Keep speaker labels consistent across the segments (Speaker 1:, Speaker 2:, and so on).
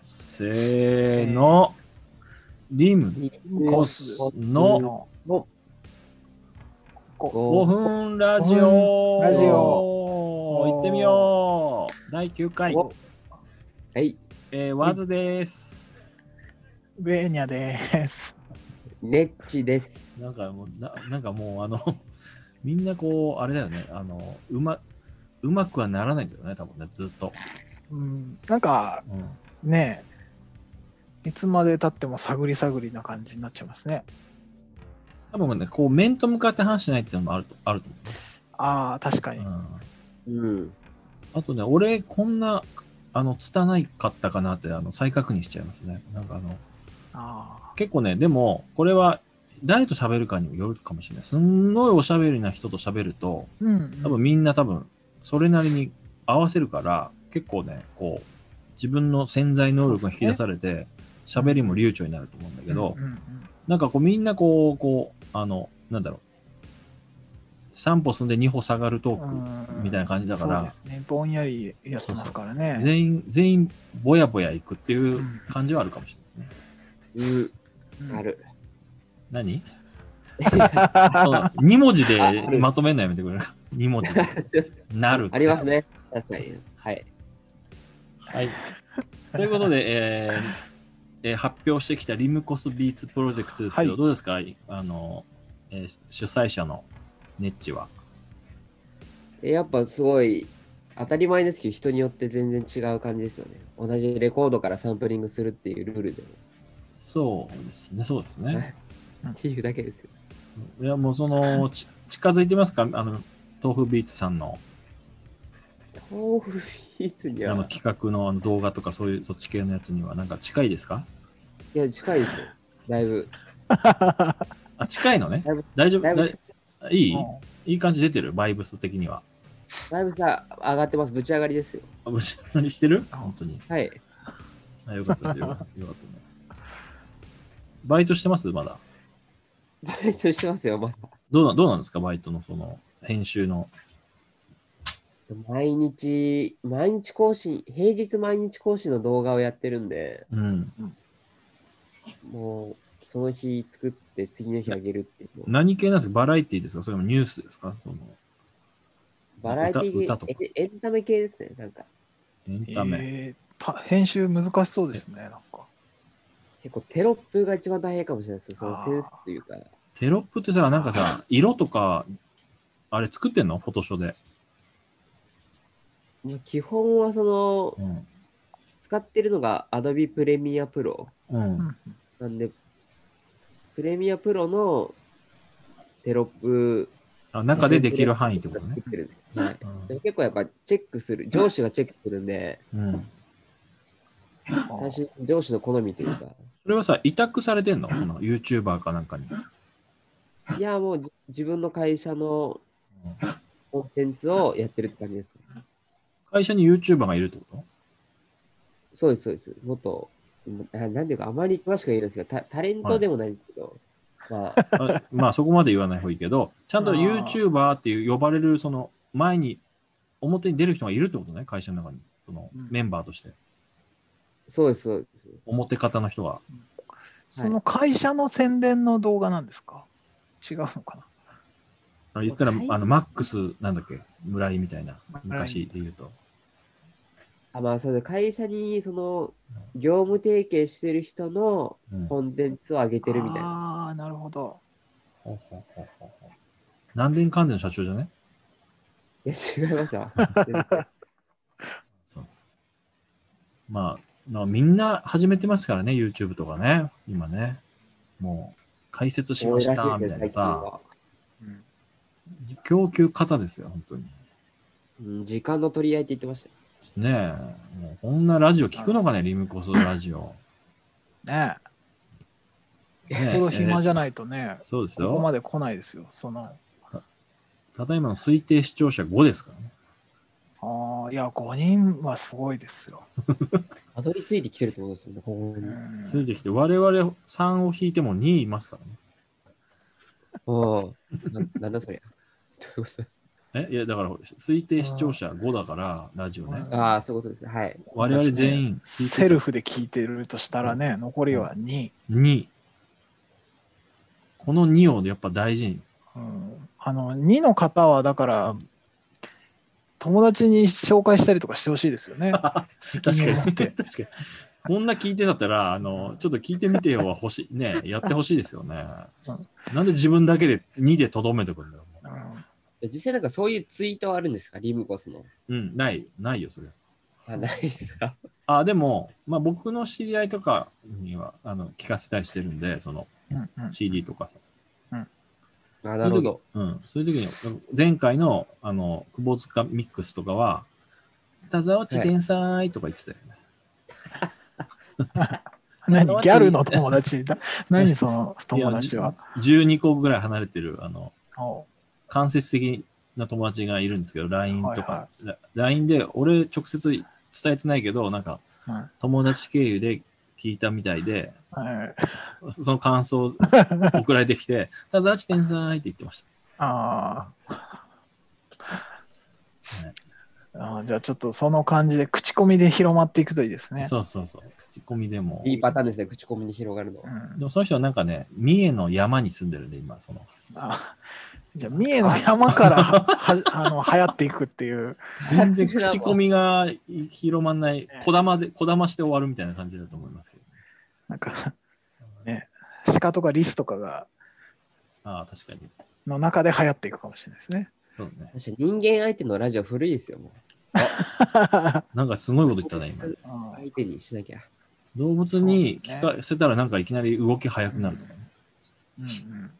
Speaker 1: せーの。リムコスの
Speaker 2: の
Speaker 1: 5分ラジオ。
Speaker 2: ラジ
Speaker 1: オ行ってみよう。第9回、
Speaker 3: おはい。
Speaker 1: えー、ワズです。
Speaker 2: ウェーニャです。
Speaker 3: ネッチです。
Speaker 1: なんかもう、ななんかもう、あの、 みんなこう、あれだよね。あの、うま、うまくはならないんだよね、多分ね、ずっと。
Speaker 2: うん、なんか
Speaker 1: うん
Speaker 2: ねえ、いつまでたっても探り探りな感じになっちゃいますね。
Speaker 1: 多分ね、こう、面と向かって話してないっていうのもあるとあると思
Speaker 2: ああ、確かに。
Speaker 1: う。うん
Speaker 3: うん。
Speaker 1: あとね、俺、こんな、あの、拙いかったかなって、あの、再確認しちゃいますね。なんかあの、
Speaker 2: あ
Speaker 1: 結構ね、でも、これは、誰と喋るかにもよるかもしれない。すんごいおしゃべりな人と喋ると、
Speaker 2: ーうん、
Speaker 1: 多
Speaker 2: うん
Speaker 1: 分みんな多分、それなりに合わせるから、結構ね、こう、自分の潜在能力が引き出されて、喋、りも流暢になると思うんだけど、
Speaker 2: うんうんうん
Speaker 1: なんかこうみんなこう、こう、あの、なんだろう。3歩進んで2歩下がるトークみたいな感じだから、
Speaker 2: そうですね、ぼんやりやってますからね。
Speaker 1: 全員、全員、ぼやぼやいくっていう
Speaker 2: うん
Speaker 1: 感じはあるかもしれないですね。
Speaker 3: うん。
Speaker 2: うん
Speaker 3: ある。
Speaker 1: 何その ?2 文字でまとめるのやめてくれる ?2 文字 で。なる。
Speaker 3: あります。ね。確かに。はい。
Speaker 1: はい。ということで、えーえー発表してきたリムコスビーツプロジェクトですけど、
Speaker 2: はい
Speaker 1: どうですかあの、えー主催者のネッチは。
Speaker 3: えやっぱすごい、当たり前ですけど、人によって全然違う感じですよね。同じレコードからサンプリングするっていうルールでも。
Speaker 1: そうですね、そうですね。
Speaker 3: っていうだけですよ。
Speaker 1: いや、もうその、ち近づいてますかあの、豆腐ビーツさんの
Speaker 3: 豆腐ビーツに
Speaker 1: あの
Speaker 3: は。
Speaker 1: 企画のあの動画とかそういうそっち系のやつには、なんか近いですか
Speaker 3: いや、近いですよ。だいぶ。
Speaker 1: あ、近いのね
Speaker 3: だいぶ。
Speaker 1: 大丈夫
Speaker 3: だいぶ、
Speaker 1: だいい
Speaker 2: うん
Speaker 1: いい感じ出てるバイブス的には。
Speaker 3: だいぶさ、上がってます。ぶち上がりですよ。
Speaker 1: あぶし何してる本当に。
Speaker 3: はい。
Speaker 1: あ、よかったですよ。よかったね。バイトしてますまだ。
Speaker 3: バイトしてますよ、まだ。
Speaker 1: どうな、どうなんですかバイトのその、編集の。
Speaker 3: 毎日、毎日更新、平日毎日更新の動画をやってるんで、
Speaker 1: うん。
Speaker 3: もう、その日作って、次の日あげるっていうの。
Speaker 1: 何系なんですかバラエティですかそれもニュースですかその、
Speaker 3: バラエティ
Speaker 1: 歌歌と
Speaker 3: 系エンエンタメ系ですね、なんか。
Speaker 1: エンタメ。
Speaker 2: えーた編集難しそうですね、なんか。
Speaker 3: 結構テロップが一番大変かもしれないですよそ
Speaker 2: あ
Speaker 3: の
Speaker 2: ー
Speaker 3: センスというか。
Speaker 1: テロップってさ、なんかさ、色とか、あれ作ってんのフォトショで。
Speaker 3: まあ基本はその、
Speaker 1: うん。
Speaker 3: 使ってるのが Adobe Premiere Pro
Speaker 1: うん。
Speaker 2: うん
Speaker 3: なんで、Premiere Pro のテロップ。
Speaker 1: あ中でできる範囲ってことね。
Speaker 3: 作ってるんではい。
Speaker 1: うん
Speaker 3: でも結構やっぱチェックする、上司がチェックするんで、
Speaker 1: うん、
Speaker 3: 最初、上司の好みというか。
Speaker 1: それはさ、委託されてんのこの ?YouTuber かなんかに。
Speaker 3: いや、もうじ自分の会社のコンテンツをやってるって感じです。
Speaker 1: 会社に YouTuber がいるってこ
Speaker 3: そうです、そうです。もっと、うんあなんていうか、あまり詳しくは言えないですけど、タタレントでもないんですけど、まあ、
Speaker 1: とあ まあそこまで言わない方がいいけど、ちゃんと
Speaker 2: あー
Speaker 1: YouTuber っていう呼ばれる、その前に、表に出る人がいるってことね、会社の中に。その
Speaker 2: うん
Speaker 1: メンバーとして。
Speaker 3: そうです、そうです。
Speaker 1: 表方の人が。
Speaker 2: その会社の宣伝の動画なんですか違うのかな
Speaker 1: あ言ったら、
Speaker 3: 会
Speaker 1: あの、マックスなんだっけ村井みたいな。昔で言うと。
Speaker 3: あまあ、そうです会社に、その、業務提携してる人の
Speaker 1: うん
Speaker 3: コンテンツを上げてるみたいな。
Speaker 2: ああ、なるほど。
Speaker 1: ほうほうほうほうほう何年かんでの社長じゃね
Speaker 3: いや、違いますわ。
Speaker 1: そうまあ、まあみんな始めてますからね、YouTube とかね、今ね。もう、解説しました、みたいなさ。
Speaker 2: うん
Speaker 1: 供給型ですよ、本当に。
Speaker 3: うん時間の取り合いって言ってましたよ。
Speaker 1: ねえ、もうこんなラジオ聞くのかね、リムコスラジオ。
Speaker 2: ね
Speaker 1: ね
Speaker 2: え、
Speaker 1: え
Speaker 2: よほど暇じゃ
Speaker 1: え
Speaker 2: ないとね
Speaker 1: ー、そうです
Speaker 2: ここ
Speaker 1: よ。
Speaker 2: まで来ないですよ。その、
Speaker 1: ただいまの推定視聴者5ですからね。
Speaker 2: ああ、いや、5人はすごいですよ。
Speaker 3: たどり着いてきてるってことですよね、ここ
Speaker 2: う
Speaker 3: に。
Speaker 2: ん
Speaker 1: ついてきて、我々3を引いても2いますからね。
Speaker 3: おななんだそりゃ。どういうこと
Speaker 1: えいや、だから、推定視聴者5だから、ラジオね。
Speaker 3: ああ、そういうことです。はい。
Speaker 1: 我々全員、
Speaker 2: セルフで聞いてるとしたらね、残りは2。
Speaker 1: 2。この2をやっぱ大事に。
Speaker 2: うん、あの2の方はだから友達に紹介したりとかしてほしいです よね。
Speaker 1: 確かに。
Speaker 2: だ
Speaker 1: 確
Speaker 2: っ
Speaker 1: か
Speaker 2: て
Speaker 1: に。こんな聞いてんだったら、あの、ちょっと聞いてみてよは欲しい。ね、やってほしいですよね
Speaker 2: うん。
Speaker 1: なんで自分だけで2でとどめてくるんだろ
Speaker 2: うん
Speaker 3: 実際なんかそういうツイートはあるんですかリムコスの。
Speaker 1: う。うん、ない、ないよ、それ。
Speaker 3: あ、ないで すか
Speaker 1: あ、でも、まあ僕の知り合いとかには、あの、聞かせたりしてるんで、その
Speaker 2: うんうん
Speaker 1: CD とかさ。
Speaker 3: あ、 なるほど。
Speaker 1: うん、そういう時に、前回の、あの、久保塚ミックスとかは、田沢地天才とか言ってたよね。
Speaker 2: 何ギャルの友達だ何その友達は。
Speaker 1: 12個ぐらい離れてる、あの、
Speaker 2: お
Speaker 1: 間接的な友達がいるんですけど、LINE と
Speaker 2: は
Speaker 1: か、ラ LINE で、俺直接伝えてないけど、なんか
Speaker 2: うん
Speaker 1: 友達経由で聞いたみたいで、
Speaker 2: はい
Speaker 1: そその感 想送られてきて、ただ、ち天才って言ってました。
Speaker 2: あー
Speaker 1: ね
Speaker 2: あー。じゃあちょっとその感じで口コミで広まっていくといいですね。
Speaker 1: そうそうそう。口コミでも。
Speaker 3: いい
Speaker 1: で
Speaker 3: パターンですね。口コミに広がるの
Speaker 2: う。ん
Speaker 1: もその人はなんかね、三重の山に住んでるんで、今、そ の。
Speaker 2: あじゃあ三重の山からははあの流行っていくっていう。
Speaker 1: 全然口コミが広まんない、こだまで、こだまして終わるみたいな感じだと思いますけど。
Speaker 2: なんかね鹿とかリスとかが
Speaker 1: ああ、確かに。
Speaker 2: の中で流行っていくかもしれないですね。
Speaker 1: そうね。
Speaker 3: 確かに人間相手のラジオ古いですよ。も
Speaker 1: なんかすごいこと言ったね、今。
Speaker 2: うん
Speaker 3: う相手にしなきゃ。
Speaker 1: 動物に聞かせたらなんかいきなり動き早くなるとかね。
Speaker 2: うんうん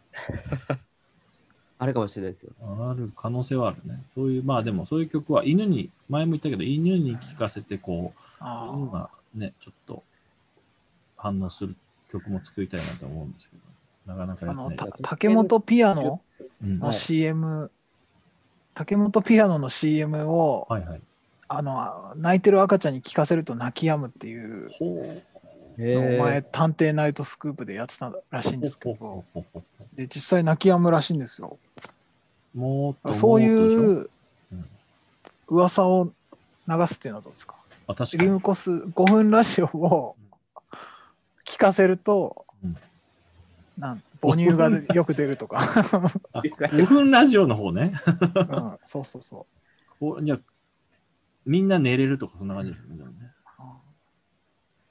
Speaker 3: あるかもしれないですよ。
Speaker 1: ある可能性はあるね。そういう、まあでもそういう曲は犬に、前も言ったけど、犬に聞かせてこう、
Speaker 2: あ
Speaker 1: 犬がね、ちょっと反応する曲も作りたいなと思うんですけど、なかなか
Speaker 2: ー
Speaker 1: や
Speaker 2: あ
Speaker 1: って
Speaker 2: の
Speaker 1: ない。
Speaker 2: た竹本ピアノ
Speaker 1: うん、は
Speaker 2: の
Speaker 1: い
Speaker 2: CM、竹本ピアノの CM を、
Speaker 1: はい。
Speaker 2: あの泣いてる赤ちゃんに聞かせると泣き止むっていう
Speaker 1: ほう。
Speaker 2: のを
Speaker 3: へ
Speaker 2: 前
Speaker 3: え。
Speaker 2: 探偵ナイトスクープでやってたらしいんですけ
Speaker 1: ほう
Speaker 2: ど
Speaker 1: ほうほうほう
Speaker 2: で実際泣き止むらしいんですよ
Speaker 1: もっともっとでしょ
Speaker 2: そういう
Speaker 1: うん
Speaker 2: 噂を流すっていうのはどうですか
Speaker 1: あ、確か
Speaker 2: リ
Speaker 1: に。
Speaker 2: ムコス5分ラジオを聞かせると、
Speaker 1: うん
Speaker 2: なん母乳がよく出る とか、
Speaker 1: あ5分ラジオの方ね。
Speaker 2: うん、そうそうそう
Speaker 1: こうじゃあみんな寝れるとか、そんな感じですよね。でもね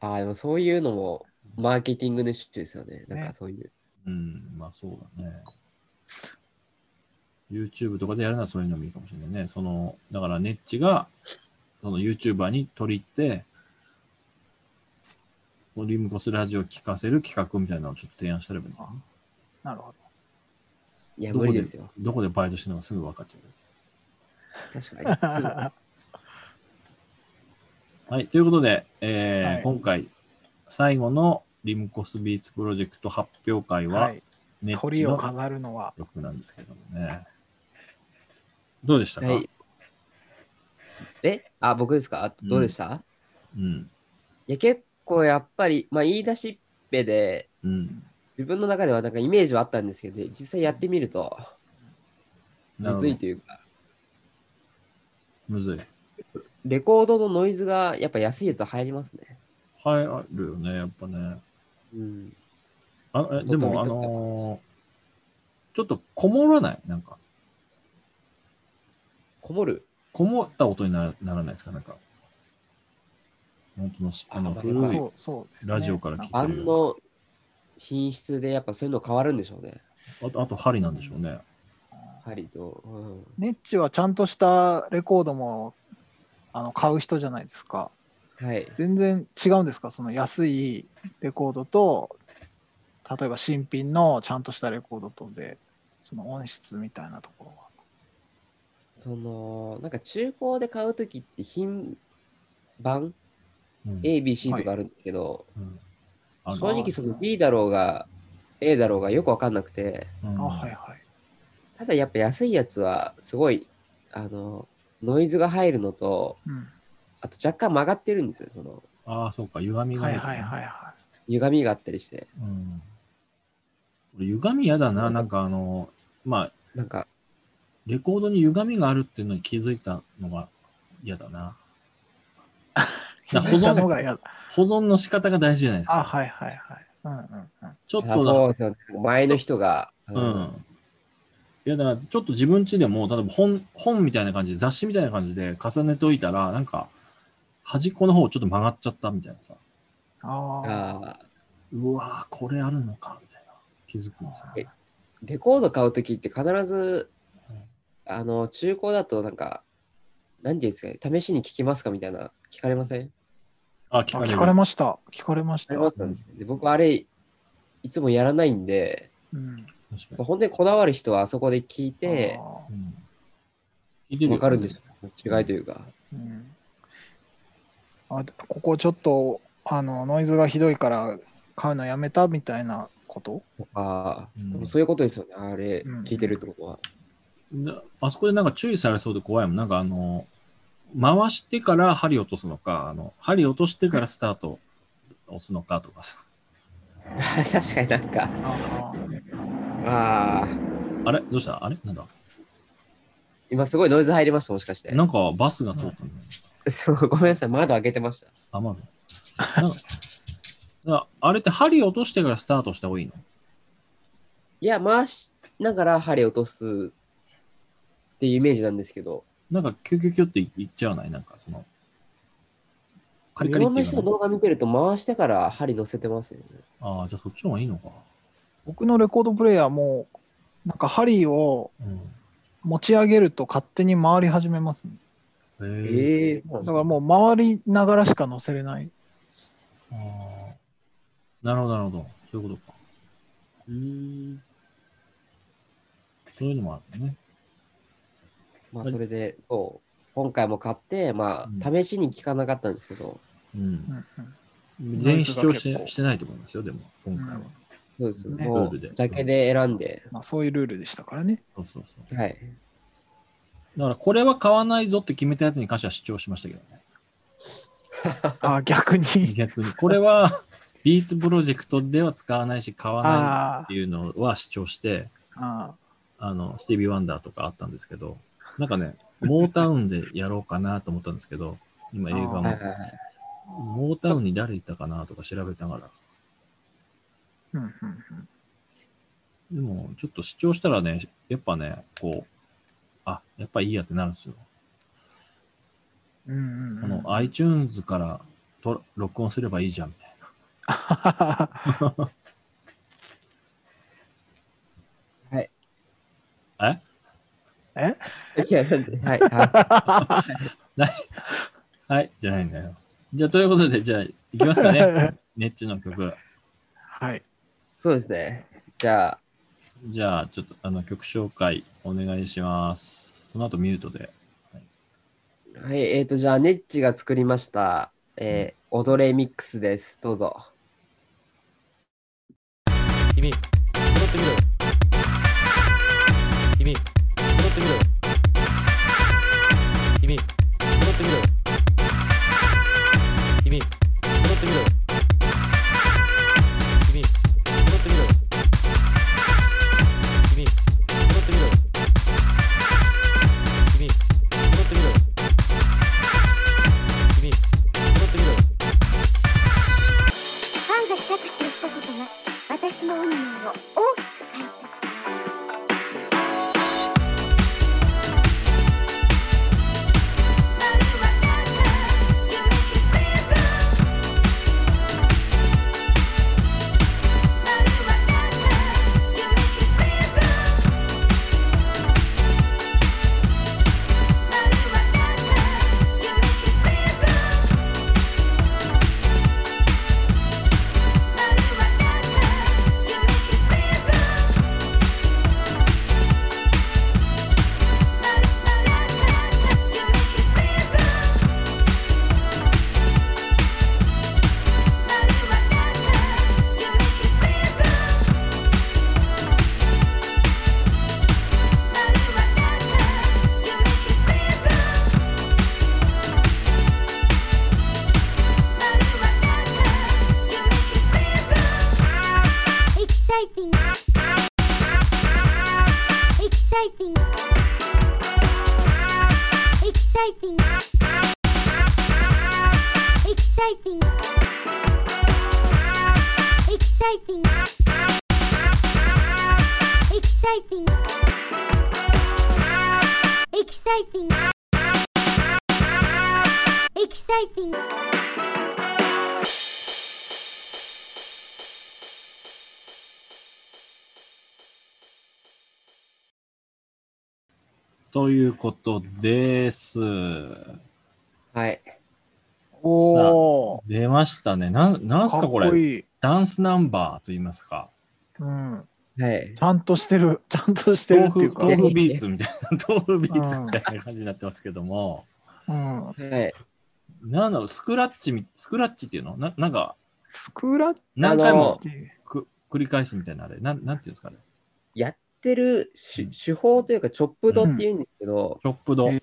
Speaker 3: ああ、でもそういうのもマーケティングの一種ですよね。なん
Speaker 2: ね
Speaker 3: かそういう。
Speaker 1: うん、まあそうだね。YouTube とかでやるならそういうのもいいかもしれないね。その、だからネッチが、その YouTuber に取り入って、このリムコスラジオ聞かせる企画みたいなのをちょっと提案したればいいのかな。
Speaker 2: なるほど
Speaker 3: いや、
Speaker 1: ど
Speaker 3: 無
Speaker 1: こ
Speaker 3: 理
Speaker 1: で
Speaker 3: ですよ。
Speaker 1: どこでバイトしてるのかすぐ分かっちゃ
Speaker 3: 確かに。
Speaker 1: う。はい、ということで、えー
Speaker 2: はい
Speaker 1: 今回、最後のリムコスビーツプロジェクト発表会
Speaker 2: は、
Speaker 1: はいネッチ
Speaker 2: 鳥を
Speaker 1: の
Speaker 2: 飾るのは、
Speaker 1: 曲なんですけどもね。どうでしたか、
Speaker 3: はい。えあ、僕ですかどうでした、い
Speaker 1: うん。
Speaker 3: や、結構やっぱり、まあ、言い出しっぺで、
Speaker 1: うん。
Speaker 3: 自分の中ではなんかイメージはあったんですけど、実際やってみると、
Speaker 1: なる
Speaker 3: む
Speaker 1: ほ
Speaker 3: ずい
Speaker 1: ど
Speaker 3: というか、
Speaker 1: むずい。
Speaker 3: レコードのノイズがやっぱ安いやつは入りますね。
Speaker 1: 入るよね、やっぱね。
Speaker 3: うん。
Speaker 1: あえでも、あ
Speaker 3: 音取りとか
Speaker 1: のーちょっとこもらないなんか、
Speaker 3: こもる。
Speaker 1: こもった音にならならないですかなんか。本当のしあの
Speaker 3: あ
Speaker 1: 古
Speaker 3: まあ
Speaker 1: い
Speaker 2: そうそうですね
Speaker 1: ラジオから聞いて
Speaker 3: 版
Speaker 1: るよ
Speaker 3: の品質でやっぱそういうの変わるんでしょうね。
Speaker 1: あと。あと、針なんでしょうね。
Speaker 3: 針と。うん、
Speaker 2: ネッチはちゃんとしたレコードもあの買う人じゃないですか
Speaker 3: はい。
Speaker 2: 全然違うんですかその安いレコードと例えば新品のちゃんとしたレコードとでその音質みたいなところは
Speaker 3: その、なんか中古で買うときって品版
Speaker 1: うん
Speaker 3: ABC とかあるんですけど、
Speaker 1: うんあの
Speaker 3: 正直その B だろうが A だろうがよくわかんなくて、
Speaker 1: うん
Speaker 2: あはいはい
Speaker 3: ただやっぱ安いやつはすごい、あの、ノイズが入るのと、
Speaker 2: うん
Speaker 3: あと若干曲がってるんですよ、その、
Speaker 1: ああ、そうか、歪みがあ
Speaker 2: はい
Speaker 1: る、
Speaker 2: はいはいは
Speaker 3: 歪みがあったりして、
Speaker 1: うん。俺歪み嫌だな。なんか、あの、まあ、
Speaker 3: なんか、
Speaker 1: レコードに歪みがあるっていうのに気づいたのが嫌だな。
Speaker 2: 気づいたのが嫌だ。
Speaker 1: 保存の仕方が大事じゃないですか。
Speaker 2: あ、はいはいはい。うんうんうん。
Speaker 1: ちょっ
Speaker 3: あ
Speaker 1: と
Speaker 3: そう
Speaker 1: だ、
Speaker 3: ですよね。前の人が。う
Speaker 1: うん。いやだからちょっと自分家でも、例えば本本みたいな感じで、雑誌みたいな感じで重ねといたら、なんか、端っこの方ちょっと曲がっちゃったみたいなさ、
Speaker 2: あ
Speaker 3: あー
Speaker 1: うわー、これあるのかみたいな気づくんですよ。
Speaker 2: あ。
Speaker 3: えレコード買うときって必ず、あの、中古だとなんか、何て言うんですかね、試しに聞きますかみたいな、聞かれません
Speaker 1: あ、聞か
Speaker 2: あ
Speaker 1: れる
Speaker 2: 聞かれました。聞かれました。う
Speaker 3: で僕、あれ、いつもやらないんで、
Speaker 2: ん。
Speaker 1: 確かに
Speaker 3: 本当にこだわる人はあそこで聞いて、
Speaker 2: あ
Speaker 1: うん聞いてよ
Speaker 3: わかるんですよ。違いというか。
Speaker 2: ーうんあでここちょっとあのノイズがひどいから買うのやめたみたいなこと
Speaker 3: とか、
Speaker 1: うん
Speaker 3: でもそういうことですよね。あれ
Speaker 2: うん、
Speaker 3: 聞いてるってことは。
Speaker 1: なあそこでなんか注意されそうで怖いもん。なんかあの、回してから針落とすのか、あの、針落としてからスタート押すのかとかさ。
Speaker 3: 確かになんか、
Speaker 2: あ
Speaker 3: ああ、
Speaker 1: あれどうしたあれなんだ
Speaker 3: 今すごいノイズ入りました、もしかして
Speaker 1: な。んかバスが通ったんだよ。
Speaker 3: そうごめんなさい、窓開けてました。
Speaker 1: あ、まあ。なんかなあれって針落としてからスタートした方がいいの
Speaker 3: いや、回しながら針落とすっていうイメージなんですけど、
Speaker 1: なんかキュキュキュっていっちゃわないなんかその、カリ
Speaker 3: い
Speaker 1: カリ
Speaker 3: ろ
Speaker 1: っ
Speaker 3: ん
Speaker 1: て
Speaker 3: な
Speaker 1: いう
Speaker 3: 人の
Speaker 1: かね
Speaker 3: 動画見てると回してから針乗せてますよね。
Speaker 1: ああ、じゃあそっちの方がいいのか。
Speaker 2: 僕のレコードプレイヤーもなんかハリーを
Speaker 1: うん
Speaker 2: 持ち上げると勝手に回り始めます、ね、
Speaker 1: へえ
Speaker 3: ええ
Speaker 2: だからもう回りながらしか乗せれない
Speaker 1: あーなるほど、なるほど。そういうことか。
Speaker 3: うーん。
Speaker 1: そういうのもあるね。
Speaker 3: まあ、それで、そう、今回も買って、まあ、
Speaker 1: う
Speaker 3: 試しに聞かなかったんですけど、
Speaker 1: うん
Speaker 2: うんうん
Speaker 1: 全員主張して
Speaker 2: ノイズが結構
Speaker 1: してないと思いますよ、でも、今回は。
Speaker 2: うん
Speaker 3: そうです。
Speaker 2: ね
Speaker 3: も
Speaker 1: ルールで
Speaker 3: う、だけで選んで、
Speaker 2: まあ、そういうルールでしたからね。
Speaker 1: そうそうそう。
Speaker 3: はい。
Speaker 1: だから、これは買わないぞって決めたやつに関しては主張しましたけどね。
Speaker 2: ああ、逆に。
Speaker 1: 逆に、これはビーツプロジェクトでは使わないし、買わない
Speaker 2: あ
Speaker 1: っていうのは主張して、
Speaker 2: あ、あ
Speaker 1: あの、スティービー・ワンダーとかあったんですけど、なんかね、モータウンでやろうかなと思ったんですけど、今映画
Speaker 2: あ
Speaker 1: も
Speaker 3: はい、はいはい
Speaker 1: モータウンに誰いたかなとか調べながら、
Speaker 2: あ、うんうんうん。
Speaker 1: でも、ちょっと主張したらね、やっぱね、こう、あ、やっぱいいやってなるんですよ。
Speaker 2: うんうん
Speaker 1: あ
Speaker 2: うん、
Speaker 1: の iTunes からと録音すればいいじゃんみたいな。
Speaker 2: え
Speaker 3: いやなんではい、は
Speaker 1: はい、じゃないんだよ。じゃあ、ということで、じゃあ、いきますか ね。ネッチの曲。
Speaker 2: はい。
Speaker 3: い。そうですね。じゃあ、
Speaker 1: じゃあ、ちょっとあの曲紹介お願いします。その後ミュートで。
Speaker 3: はい、えっ、ー、と、じゃあ、ネッチが作りました、えー、踊れミックスです。どうぞ。
Speaker 4: 君踊ってみろ君踊ってみろ君踊ってみろ君踊ってみろ君踊ってみろ君踊ってみろ君踊ってみろ君踊ってみろ
Speaker 5: ファンが搾取したことが私の運命を大きく変えたエキサイティングエキサイティングサイティングエキサイティングエキサイティングエキサイティングエキサイティングエキサイティング
Speaker 1: ということです。
Speaker 3: はい。
Speaker 2: おお。
Speaker 1: 出ましたね。なん、なんすかこれ
Speaker 2: っいい。
Speaker 1: ダンスナンバーと言いますか。
Speaker 2: うん。
Speaker 3: はい
Speaker 2: ち。ゃんとしてる。 ちゃんとして
Speaker 1: 豆
Speaker 2: るってい
Speaker 1: 腐
Speaker 2: う、か。
Speaker 1: 豆腐ビーツみたいな、 豆腐ビーツみたいな感じになってますけども、
Speaker 2: うん。
Speaker 3: はい。
Speaker 1: なんだろう、スクラッチみ、スクラッチっていうのななんか、
Speaker 2: スクラッ
Speaker 1: 何回も
Speaker 2: チっていう。
Speaker 1: く繰り返すみたいなあれ、なん、なんていうんですかね。
Speaker 3: やってる手手法というか、チョップドっていうんですけど、
Speaker 1: チョップド。
Speaker 2: え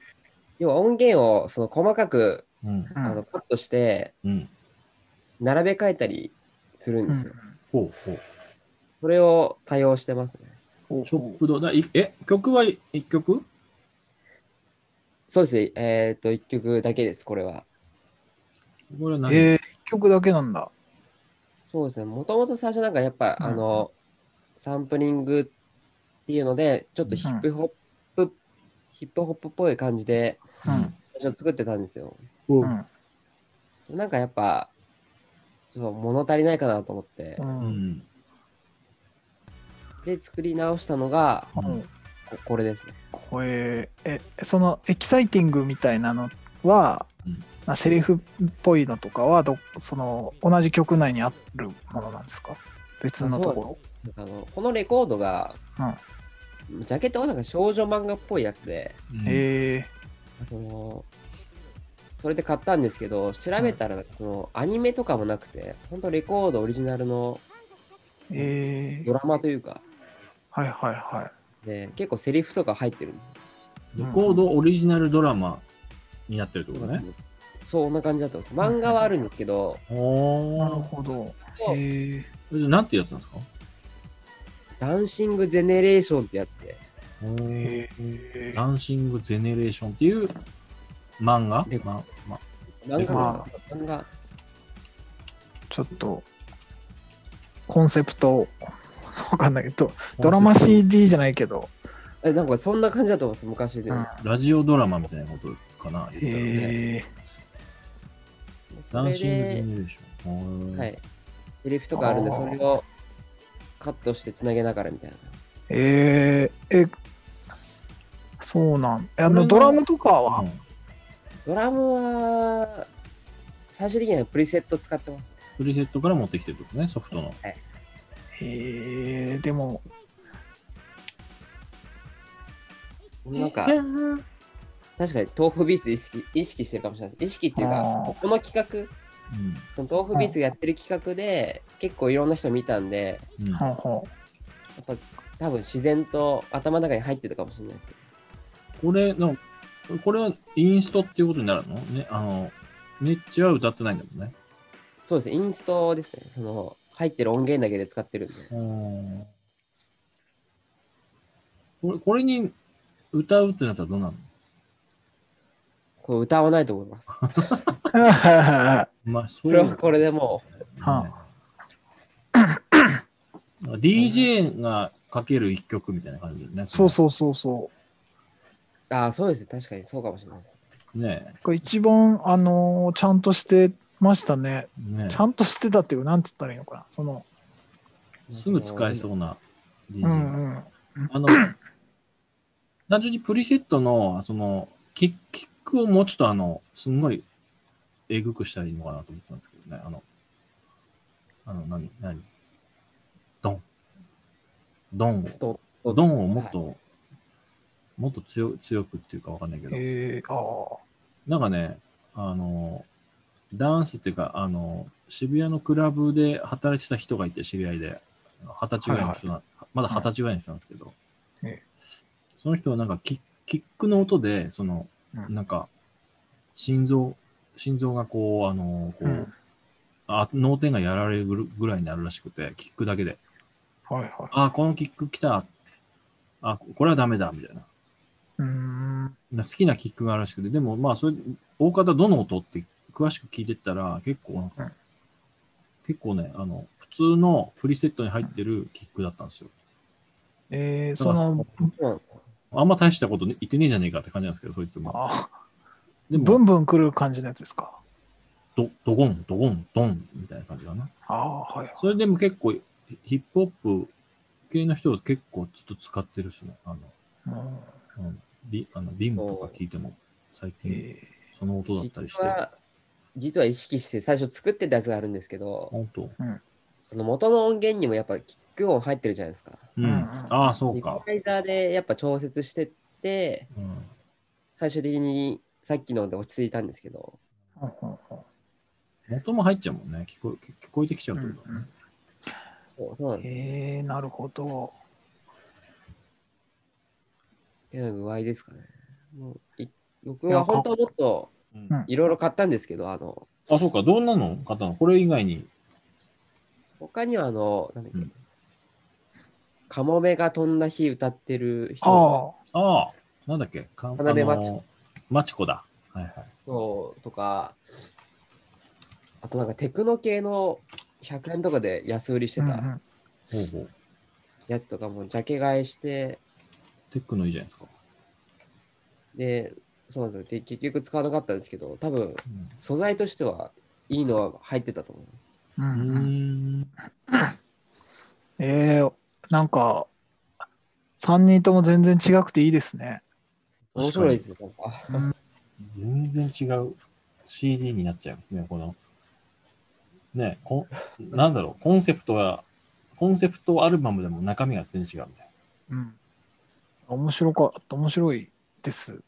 Speaker 3: 要は音源をその細かく
Speaker 1: うん。
Speaker 2: うん
Speaker 3: あのカットして、
Speaker 1: うん。
Speaker 3: 並べ替えたりするん
Speaker 2: う
Speaker 3: ですよ。
Speaker 2: ん
Speaker 1: ほうほう。
Speaker 3: それを多用してますね。
Speaker 2: ほう
Speaker 1: チョ
Speaker 2: ほ
Speaker 1: ップド。だいえ、曲は一曲
Speaker 3: そうですね。えっ、と、1曲だけです、これは。
Speaker 1: これは
Speaker 2: う
Speaker 1: 何、
Speaker 2: えー、一曲だけなんだ。
Speaker 3: そうですね。もともと最初なんかやっぱ、
Speaker 2: うん
Speaker 3: あの、サンプリングっていうので、ちょっとヒップホップ、ヒップホップっぽい感じで、
Speaker 2: うん。
Speaker 3: 最初作ってたんですよ。
Speaker 1: う
Speaker 2: うんん。
Speaker 3: なんかやっぱ、ちょっと物足りないかなと思って
Speaker 1: う
Speaker 2: う、。
Speaker 1: んん。
Speaker 3: で、作り直したのが、
Speaker 2: うん
Speaker 3: ここれですね。
Speaker 2: これえそのエキサイティングみたいなのは、
Speaker 1: うん
Speaker 2: まあ、セリフっぽいのとかはどその同じ曲内にあるものなんですか別のとこ
Speaker 3: なんかあのこのレコードが、ジャケットはなんか少女漫画っぽいやつで、
Speaker 1: うん
Speaker 2: ろへえ
Speaker 3: そのそれで買ったんですけど、調べたらなんかそのアニメとかもなくて、本当レコードオリジナルの
Speaker 2: え
Speaker 3: ドラマというか、
Speaker 2: はいはいは
Speaker 3: で結構セリフとか入ってるんで
Speaker 1: レコードオリジナルドラマになってるってことね。
Speaker 3: そう、そんな感じだったんです。漫画はあるんですけど、
Speaker 2: いなる
Speaker 1: おー。
Speaker 2: ほどへえ
Speaker 1: なんていうやつなんですか
Speaker 3: ダンシングジェネレーションってやつで、
Speaker 1: おー
Speaker 2: へえ
Speaker 1: ダンシング・ゼネレーションっていう漫画
Speaker 3: レ
Speaker 1: まま
Speaker 3: 漫画
Speaker 2: ま
Speaker 3: が、漫画、
Speaker 2: ちょっとコンセプトわかんないけどドラマ CD じゃないけど、
Speaker 3: えなんかそんな感じだと思います、昔で
Speaker 2: う
Speaker 3: も。
Speaker 2: ん、
Speaker 1: ラジオドラマみたいなことかな。言ったらね
Speaker 2: へえ
Speaker 3: そ
Speaker 1: ダン
Speaker 3: れ
Speaker 1: シング・ゼ
Speaker 3: で、
Speaker 1: ネレーション。
Speaker 3: はい。セリフとかあるんで、
Speaker 2: あ
Speaker 3: そ
Speaker 2: ー
Speaker 3: れをカットしてつなげながらみたいな。
Speaker 2: ええそうなんあ
Speaker 1: これ
Speaker 2: の
Speaker 1: の
Speaker 2: ドラムとかは、
Speaker 1: うん
Speaker 3: ドラムは、最終的にはプリセット使ってます。
Speaker 1: プリセットから持ってきてるってことね、ソフトの。
Speaker 2: へえでも
Speaker 3: なんか、確かに豆腐ビーツ意識意識してるかもしれないです。意識っていうか、
Speaker 2: あー
Speaker 3: この企画、その豆腐ビーツがやってる企画で、結構いろんな人見たんで、
Speaker 1: うんうん
Speaker 2: ほうほ
Speaker 3: やっぱ多分自然と頭の中に入ってたかもしれないですけ
Speaker 1: これの、これはインストっていうことになるのね、あの、ネッチは歌ってないんだもんね。
Speaker 3: ど。そうですね、インストですね。その入ってる音源だけで使ってるんで。
Speaker 1: うんこれこれに歌うってなったらどうなるの
Speaker 3: これ歌わないと思いま す。
Speaker 2: うは
Speaker 1: まあ、そ
Speaker 3: こ
Speaker 1: う
Speaker 3: れはこれでもう、
Speaker 2: あ
Speaker 1: なんか DJ がかける一曲みたいな感じだよね。
Speaker 2: そうそうそうそ
Speaker 3: ああ、そうですね、確かにそうかもしれないです。
Speaker 1: う。ね
Speaker 2: う。これ一番、あのーちゃんとしてましたね。
Speaker 1: えねえ
Speaker 2: ちゃんとしてたっていう、なんつったらいいのかな。その、
Speaker 1: すぐ使えそうな
Speaker 2: う
Speaker 1: DJ。
Speaker 2: んうん。
Speaker 1: あの、単純にプリセットの、その、キックキックをもうちょっとあの、すんごい、えぐくしたらいいのかなと思ったんですけどね。あの、あの、何、何ドン。ドンを、
Speaker 3: う。
Speaker 1: ドンをもっ
Speaker 3: はい
Speaker 1: と、もっと強強くっていうかわかんないけど。
Speaker 2: えー、あ
Speaker 1: なんかね、あの、ダンスっていうか、あの、渋谷のクラブで働いてた人がいて、知り合いで、二十歳ぐらいの人な、まだ二十歳ぐらいの人なんですけど、
Speaker 2: ええ
Speaker 1: その人はなんかキッキックの音で、その、
Speaker 2: うん
Speaker 1: なんか、心臓、心臓がこう、あの、こ
Speaker 2: あ。
Speaker 1: う、
Speaker 2: うん。
Speaker 1: あ脳天がやられるぐらいになるらしくて、キックだけで、
Speaker 2: はいは
Speaker 1: ああ、このキック来た、あこれはダメだ、みたいな。
Speaker 2: い。うーん。
Speaker 1: 好きなキックがあるらしくて、でもまあ、それ、大方どの音って詳しく聞いてったら、結構なんか、
Speaker 2: うん
Speaker 1: 結構ね、あの、普通のプリセットに入ってるキックだったんですよ。
Speaker 2: えー、その、
Speaker 3: うん
Speaker 1: あんま大したこと言ってねえじゃねえかって感じなんですけど、そいつも。
Speaker 2: あ
Speaker 1: で
Speaker 2: ブ
Speaker 1: も、
Speaker 2: ンブン来る感じのやつですか。
Speaker 1: ど、どゴン、ドゴン、ドンみたいな感じかな。
Speaker 2: ああ、はい。
Speaker 1: それでも結構、ヒヒップホップ系の人を結構ずっと使ってるしね。あの、
Speaker 2: うん
Speaker 1: うん、ビあのビームとか聞いても、最近
Speaker 2: え
Speaker 1: その音だったりして
Speaker 3: 実。は実は意識して最初作ってたやつがあるんですけど、
Speaker 1: 本当。
Speaker 3: その元の音源にもやっぱキック音入ってるじゃないですか。
Speaker 1: う。
Speaker 2: うんん
Speaker 1: ああ、そう
Speaker 3: イ
Speaker 1: か。
Speaker 3: ライザーでやっぱ調節してって、
Speaker 1: うん。
Speaker 3: 最終的にさっきので落ち着いたんですけど、
Speaker 2: ーうんうんうん
Speaker 1: 元も入っちゃうもんね。聞こえ聞こえてきちゃうってことだね。
Speaker 2: うん
Speaker 3: そうそうなんですよ。
Speaker 2: えー、なるほど。
Speaker 3: っていうのが具合ですかね。もうい僕
Speaker 2: い
Speaker 3: は
Speaker 2: やか
Speaker 3: 本当はもっと
Speaker 1: うん
Speaker 2: うん
Speaker 3: いろいろ買ったんですけど、あの、
Speaker 1: あ、そうか。どんなの買ったのこれ以外に。
Speaker 3: 他にはあの、なんだっけ、
Speaker 1: うん
Speaker 3: カモメが飛んだ日歌ってる人
Speaker 2: ああ、
Speaker 1: ああ、なんだっけ。か
Speaker 3: 渡辺
Speaker 1: あの
Speaker 3: 真
Speaker 1: マチコだ。はいはい。
Speaker 3: そうとか、あとなんかテクノ系の100円とかで安売りして
Speaker 2: うんう
Speaker 3: た
Speaker 2: ん
Speaker 1: ほうほう。
Speaker 3: やつとかもジャケ買いして、
Speaker 1: テックのいいじゃないですか。
Speaker 3: で、そうなんですよ。で、結局使わなかったんですけど、多分
Speaker 1: うん
Speaker 3: 素材としてはいいのは入ってたと思います。
Speaker 2: う
Speaker 1: うん
Speaker 2: うん
Speaker 1: ーん。
Speaker 2: えー、なんか、3人とも全然違くていいですね。
Speaker 3: 面白いですね。なんか
Speaker 1: 全然違う CD になっちゃいますね、この。ねえこん、 なんだろう、コンセプトが、コンセプトアルバムでも中身が全然違うみたい
Speaker 2: うん。面白かった、面白いです。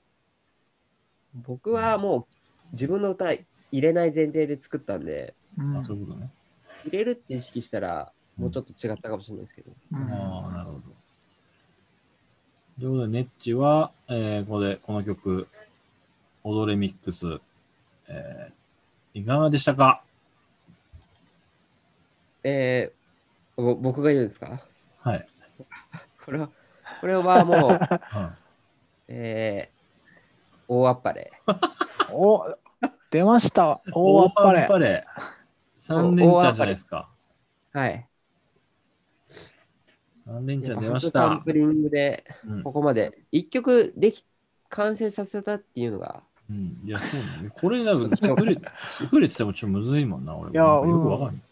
Speaker 3: 僕はもう自分の歌入れない前提で作ったんで、
Speaker 2: うん
Speaker 1: な。あそういうことね。
Speaker 3: 入れるって意識したらもうちょっと違ったかもしれないですけど、
Speaker 1: ああ、なるほど。ということで、ネッチは、えーここで、この曲、踊れミックス、えーいかがでしたか
Speaker 3: えー、ぼ僕が言うんですか
Speaker 1: はい。
Speaker 3: これは、これはも う、
Speaker 1: は
Speaker 3: えー、大あっぱれ。
Speaker 2: うんお出ました。 大あっぱれ。
Speaker 1: パレ。3連チャンじゃないですか。
Speaker 3: はい。
Speaker 1: 3連チャン出
Speaker 3: やっぱ
Speaker 1: ま
Speaker 3: 初
Speaker 1: し
Speaker 3: サン
Speaker 1: た。
Speaker 3: プリングで、
Speaker 1: うん
Speaker 3: ここまで、一曲でき、完成させたっていうのが、
Speaker 1: うん、いや、そうなんだ。これ、なんか作れ、作れって言ってもちょっとむずいもんな、俺も。
Speaker 2: いや
Speaker 1: なんかよくわかんない。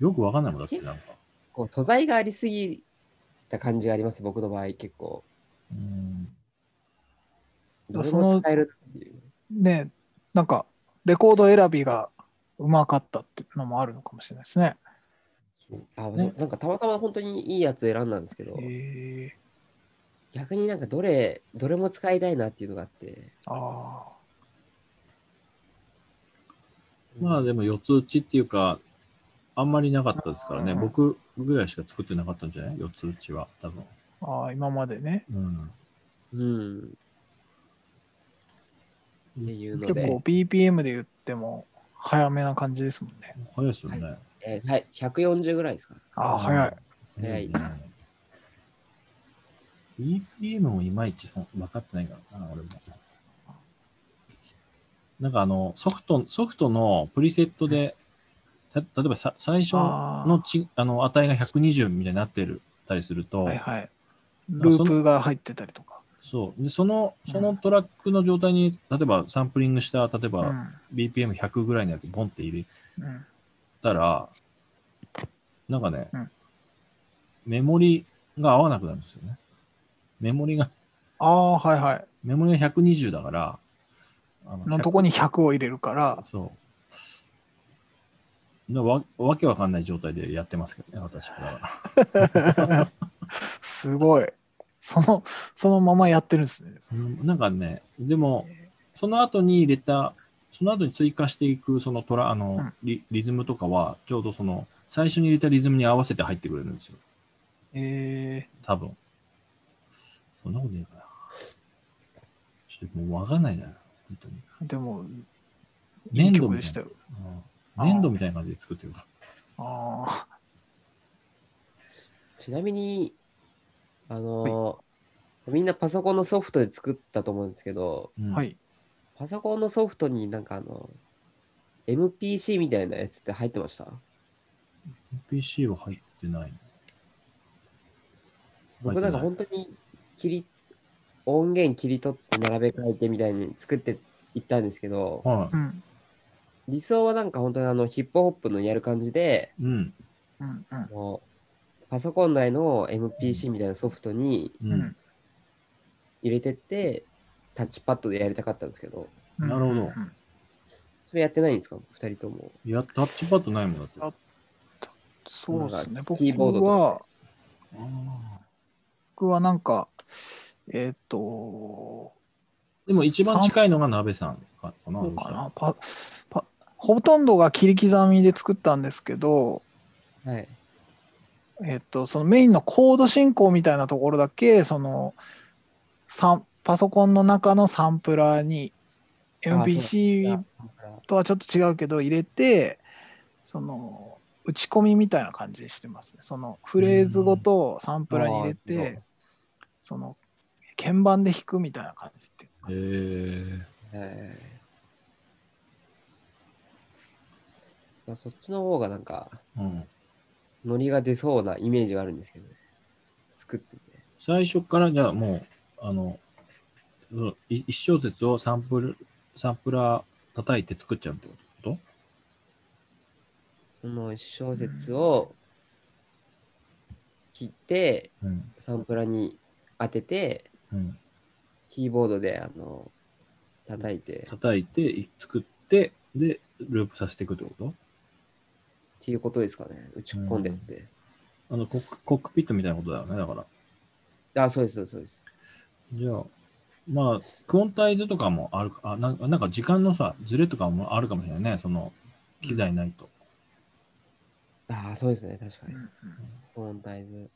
Speaker 1: よくわかんないもんだって、なんか。
Speaker 3: こう素材がありすぎた感じがあります、僕の場合、結構。
Speaker 1: うん。
Speaker 3: どれ
Speaker 2: その
Speaker 3: も使えるっていう。
Speaker 2: ねなんか、レコード選びがうまかったっていうのもあるのかもしれないですね。
Speaker 1: そう。
Speaker 3: あ
Speaker 1: ね
Speaker 3: なんかたまたま本当にいいやつ選んだんですけど、
Speaker 2: え
Speaker 3: 逆になんかどれ、どれも使いたいなっていうのがあって、
Speaker 2: ー、ああ。
Speaker 1: まあ、でも、四つ打ちっていうか、あんまりなかったですからね。
Speaker 2: うん
Speaker 1: 僕ぐらいしか作ってなかったんじゃない四つ打ちは、多分。
Speaker 2: ああ、今までね。
Speaker 1: うん。
Speaker 3: うん。っていうの
Speaker 2: 結
Speaker 3: で、
Speaker 2: 構 BPM で言っても早めな感じですもんね。
Speaker 1: 早いですよね。
Speaker 3: えーはい、140ぐらいですか。
Speaker 2: ああ、早い。
Speaker 1: うん。
Speaker 3: 早い
Speaker 1: ね BPM もいまいちそん分かってないからな、俺も。なんかあの、ソフト、ソフトのプリセットで、た例えばさ最初
Speaker 2: あ
Speaker 1: のちあの値が120みたいになってるたりすると、
Speaker 2: あ、はいはい。ループが入ってたりとか。
Speaker 1: そう。で、その、そのトラックの状態に、例えばサンプリングした、例え
Speaker 2: う
Speaker 1: ば
Speaker 2: ん。
Speaker 1: BPM100 ぐらいのやつボンって入れ
Speaker 2: うん
Speaker 1: たら、なんかね、
Speaker 2: うん
Speaker 1: メモリが合わなくなるんですよね。メモリが、
Speaker 2: ああ、はいはい。
Speaker 1: メモリが120だから、あの
Speaker 2: のとこに100を入れるから
Speaker 1: 100、そう。なわわけわかんない状態でやってますけどね、私から。
Speaker 2: すごい。その、そのままやってるんですね。
Speaker 1: そのなんかね、でも、その後に入れた、その後に追加していく、そのトラ、あの、
Speaker 2: うん
Speaker 1: リリズムとかは、ちょうどその、最初に入れたリズムに合わせて入ってくれるんですよ。
Speaker 2: え
Speaker 1: 多分。そんなことねえかな。ちょっともうわかんないな。本当に。
Speaker 2: ー、でも、いい
Speaker 1: 粘土
Speaker 2: 曲
Speaker 1: み
Speaker 2: で
Speaker 1: た
Speaker 2: し
Speaker 1: い
Speaker 2: た
Speaker 1: な。
Speaker 2: よ。
Speaker 1: うん粘土みたいな感じで作ってるから。
Speaker 2: あ
Speaker 3: ちなみに、あのーみんなパソコンのソフトで作ったと思うんですけど、
Speaker 1: うん
Speaker 2: は。い。
Speaker 3: パソコンのソフトになんかあの、MPC みたいなやつって入ってました
Speaker 1: PC は入ってない。
Speaker 3: 僕なんか本当に切り、音源切り取って並べ替えてみたいに作っていったんですけど、
Speaker 1: は
Speaker 2: うん。
Speaker 3: 理想はなんか本当にあのヒップホップのやる感じで、
Speaker 1: い。うん。
Speaker 2: うん。うん
Speaker 3: あのパソコン内の MPC みたいなソフトに
Speaker 1: う
Speaker 2: うんん。
Speaker 3: 入れてって、タッチパッドでやりたかったんですけど、
Speaker 2: うん
Speaker 1: なるほど
Speaker 2: うん
Speaker 3: それやってないんですか ?2 人とも。
Speaker 1: いや、タッチパッドないもんだって。
Speaker 2: あそうですね。僕
Speaker 3: キーボードと
Speaker 2: は、
Speaker 1: あ
Speaker 2: 僕はなんか、えーっと、
Speaker 1: ーでも一番近いのが鍋さんかな。
Speaker 2: どう
Speaker 1: そ
Speaker 2: か
Speaker 1: したら
Speaker 2: な。パパほとんどが切り刻みで作ったんですけど、
Speaker 3: はい。
Speaker 2: えっと、そのメインのコード進行みたいなところだけ、その、サンパソコンの中のサンプラーに
Speaker 3: あー
Speaker 2: MPC とはちょっと違うけど入れてその打ち込みみたいな感じにしてますねそのフレーズごとサンプラーに入れ
Speaker 3: うんあーなる
Speaker 2: てその鍵盤で弾くみたいな感じっていうか
Speaker 1: へえ。
Speaker 3: えーまあ、そっちの方がなんか、
Speaker 1: うん。
Speaker 3: ノリが出そうなイメージがあるんですけどね。作ってて。
Speaker 1: 最初からじゃあもう、あの、うんい一小節をサンプル、サンプラー叩いて作っちゃうってこと
Speaker 3: その一小節を切って、
Speaker 1: うん。
Speaker 3: サンプラに当てて、
Speaker 1: うん。
Speaker 3: キーボードであの叩いてっ
Speaker 1: 叩いて、い作って、で、ループさせていくってこと
Speaker 3: ていうことですかね。打ち込んでって。
Speaker 1: あのコック、コックピットみたいなことだよね、だから。
Speaker 3: あ、そうです、そうですそうです。
Speaker 1: じゃあ、まあ、クオンタイズとかもあるか、あなんかなんか時間のさ、ズレとかもあるかもしれないね、その、機材ないと。
Speaker 3: ああ、そうですね、確かに
Speaker 2: う。ん
Speaker 3: コーンタイズ。
Speaker 2: うん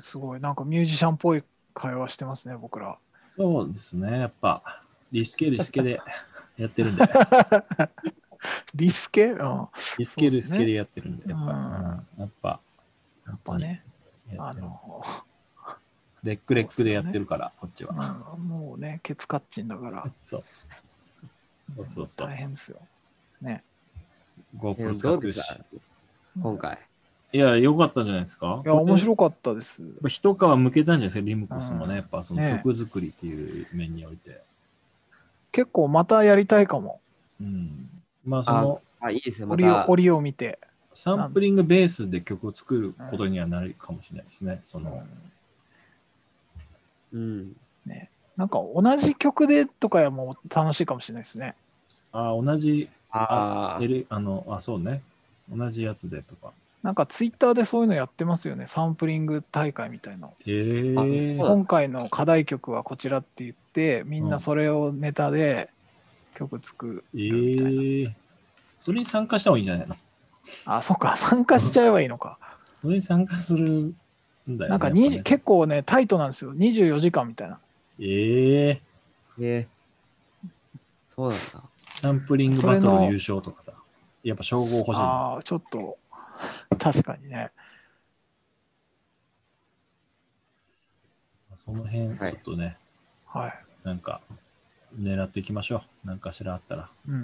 Speaker 2: すごいなんかミュージシャンっぽい会話してますね僕ら
Speaker 1: そうですね、やっぱ、リスケリスケでやってる んで、
Speaker 2: リスケうんや
Speaker 1: リスケ
Speaker 2: そ
Speaker 1: リ
Speaker 2: うで
Speaker 1: ス
Speaker 2: すね
Speaker 1: ケでやってるんで、やっぱ、うんやっぱ、やっ
Speaker 2: っぱ、ね
Speaker 1: や
Speaker 2: あ
Speaker 1: ってる
Speaker 2: の、
Speaker 1: レックレックでやってるから、こっちは。
Speaker 2: うんもうねケツカッチンだから
Speaker 1: そう。そうそうそう
Speaker 2: 大。変ですよ
Speaker 1: GoPro
Speaker 3: え
Speaker 1: 使
Speaker 3: ど
Speaker 1: っ
Speaker 3: う
Speaker 1: て
Speaker 3: で
Speaker 1: る
Speaker 3: し
Speaker 1: し。
Speaker 3: た今回。
Speaker 1: いや、良かったんじゃないですか
Speaker 2: いや面白かったです
Speaker 1: やっぱ一皮向けたんじゃないですか、リムコスも
Speaker 2: うん
Speaker 1: ね、やっぱその
Speaker 2: ね
Speaker 1: 曲作りっていう面において。
Speaker 2: 結構またやりたいかも
Speaker 1: うん。まあ、その、
Speaker 3: あ、いいですね、ま
Speaker 2: 折を
Speaker 3: た。
Speaker 2: 折を見て
Speaker 1: サンプリングベースで曲を作ることにはなるかもしれないですね。その、
Speaker 3: うん。
Speaker 2: なんか同じ曲でとかやもう楽しいかもしれないですね。
Speaker 1: ああ、同じ、
Speaker 3: ああ
Speaker 1: エ、レあの、あ、そうね。同じやつでとか。
Speaker 2: なんかツイッターでそういうのやってますよね。サンプリング大会みたいな。
Speaker 1: へ
Speaker 3: あそう
Speaker 1: え。
Speaker 3: だ
Speaker 2: 今回の課題曲はこちらって言って、みんなそれをネタで曲作
Speaker 1: ええ
Speaker 2: るみたいな。
Speaker 1: それに参加した方がいいんじゃないの
Speaker 2: あ、そっか。参加しちゃえばいいのか。
Speaker 1: それに参加するんだよね。
Speaker 2: なんか
Speaker 1: やっぱね
Speaker 2: 20結構ね、タイトなんですよ。24時間みたいな。
Speaker 1: ええ
Speaker 3: えーそうなんだ。
Speaker 1: サンプリングバトルの優勝とかさ。やっぱ称号欲しいね。
Speaker 2: ああ、ちょっと、確かにね。
Speaker 1: その辺、ちょ
Speaker 3: はい
Speaker 1: っとね、
Speaker 2: はい。
Speaker 1: なんか、狙っていきましょう。なんかしらあったら。
Speaker 2: うん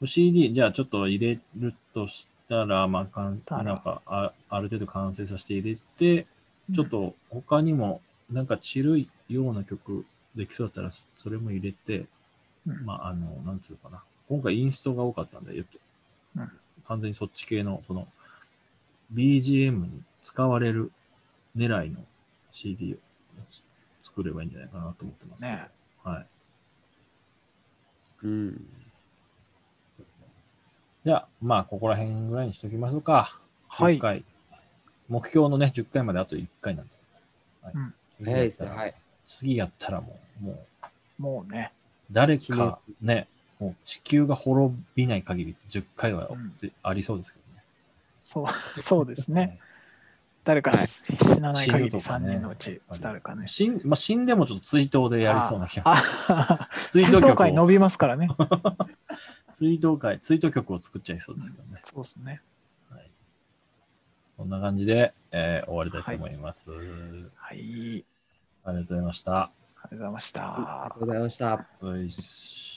Speaker 2: うん。
Speaker 1: CD、じゃあちょっと入れるとしたら、まあ、かん
Speaker 2: たら
Speaker 1: なんかあ、ある程度完成させて入れて、ちょっと他にも、なんか散るいような曲できそうだったら、それも入れて、
Speaker 2: うん
Speaker 1: まあ、あの、なんつうのかな。今回インストが多かったんで、よっと
Speaker 2: うん
Speaker 1: 完全にそっち系の、その、BGM に使われる狙いの CD を作ればいいんじゃないかなと思ってますけど。
Speaker 2: ね
Speaker 1: はい。
Speaker 3: うん。
Speaker 1: じゃあ、まあ、ここら辺ぐらいにしときましょうか。
Speaker 2: は
Speaker 1: 10
Speaker 2: い。
Speaker 1: 回。目標のね、10回まであと1回なんで。はい
Speaker 2: うん
Speaker 1: 次
Speaker 3: 早
Speaker 1: や
Speaker 3: い
Speaker 1: っ
Speaker 3: です
Speaker 1: た
Speaker 3: ね。
Speaker 1: ら、
Speaker 3: はい。
Speaker 1: 次やったらもう、もう、
Speaker 2: もうね。
Speaker 1: 誰かね、もう地球が滅びない限り10回は
Speaker 2: うん
Speaker 1: でありそうですけどね。
Speaker 2: そう、そうですね。誰か死なない限り3人のうち誰かね。
Speaker 1: 死んまあ、死んでもちょっと追悼でやりそうな気が。
Speaker 2: あ、
Speaker 1: 追
Speaker 2: 運
Speaker 1: 悼
Speaker 2: 動
Speaker 1: 曲
Speaker 2: 会伸
Speaker 1: を
Speaker 2: びますからね。
Speaker 1: 追悼会、追悼曲を作っちゃいそうですけどね。
Speaker 2: そうですね。
Speaker 1: こんな感じで、えー終わりたいと思います、
Speaker 2: は
Speaker 1: あ
Speaker 2: い。
Speaker 1: りがとうございました。
Speaker 2: ありがとうございました。
Speaker 3: ありがとうございました。
Speaker 1: ういっしょ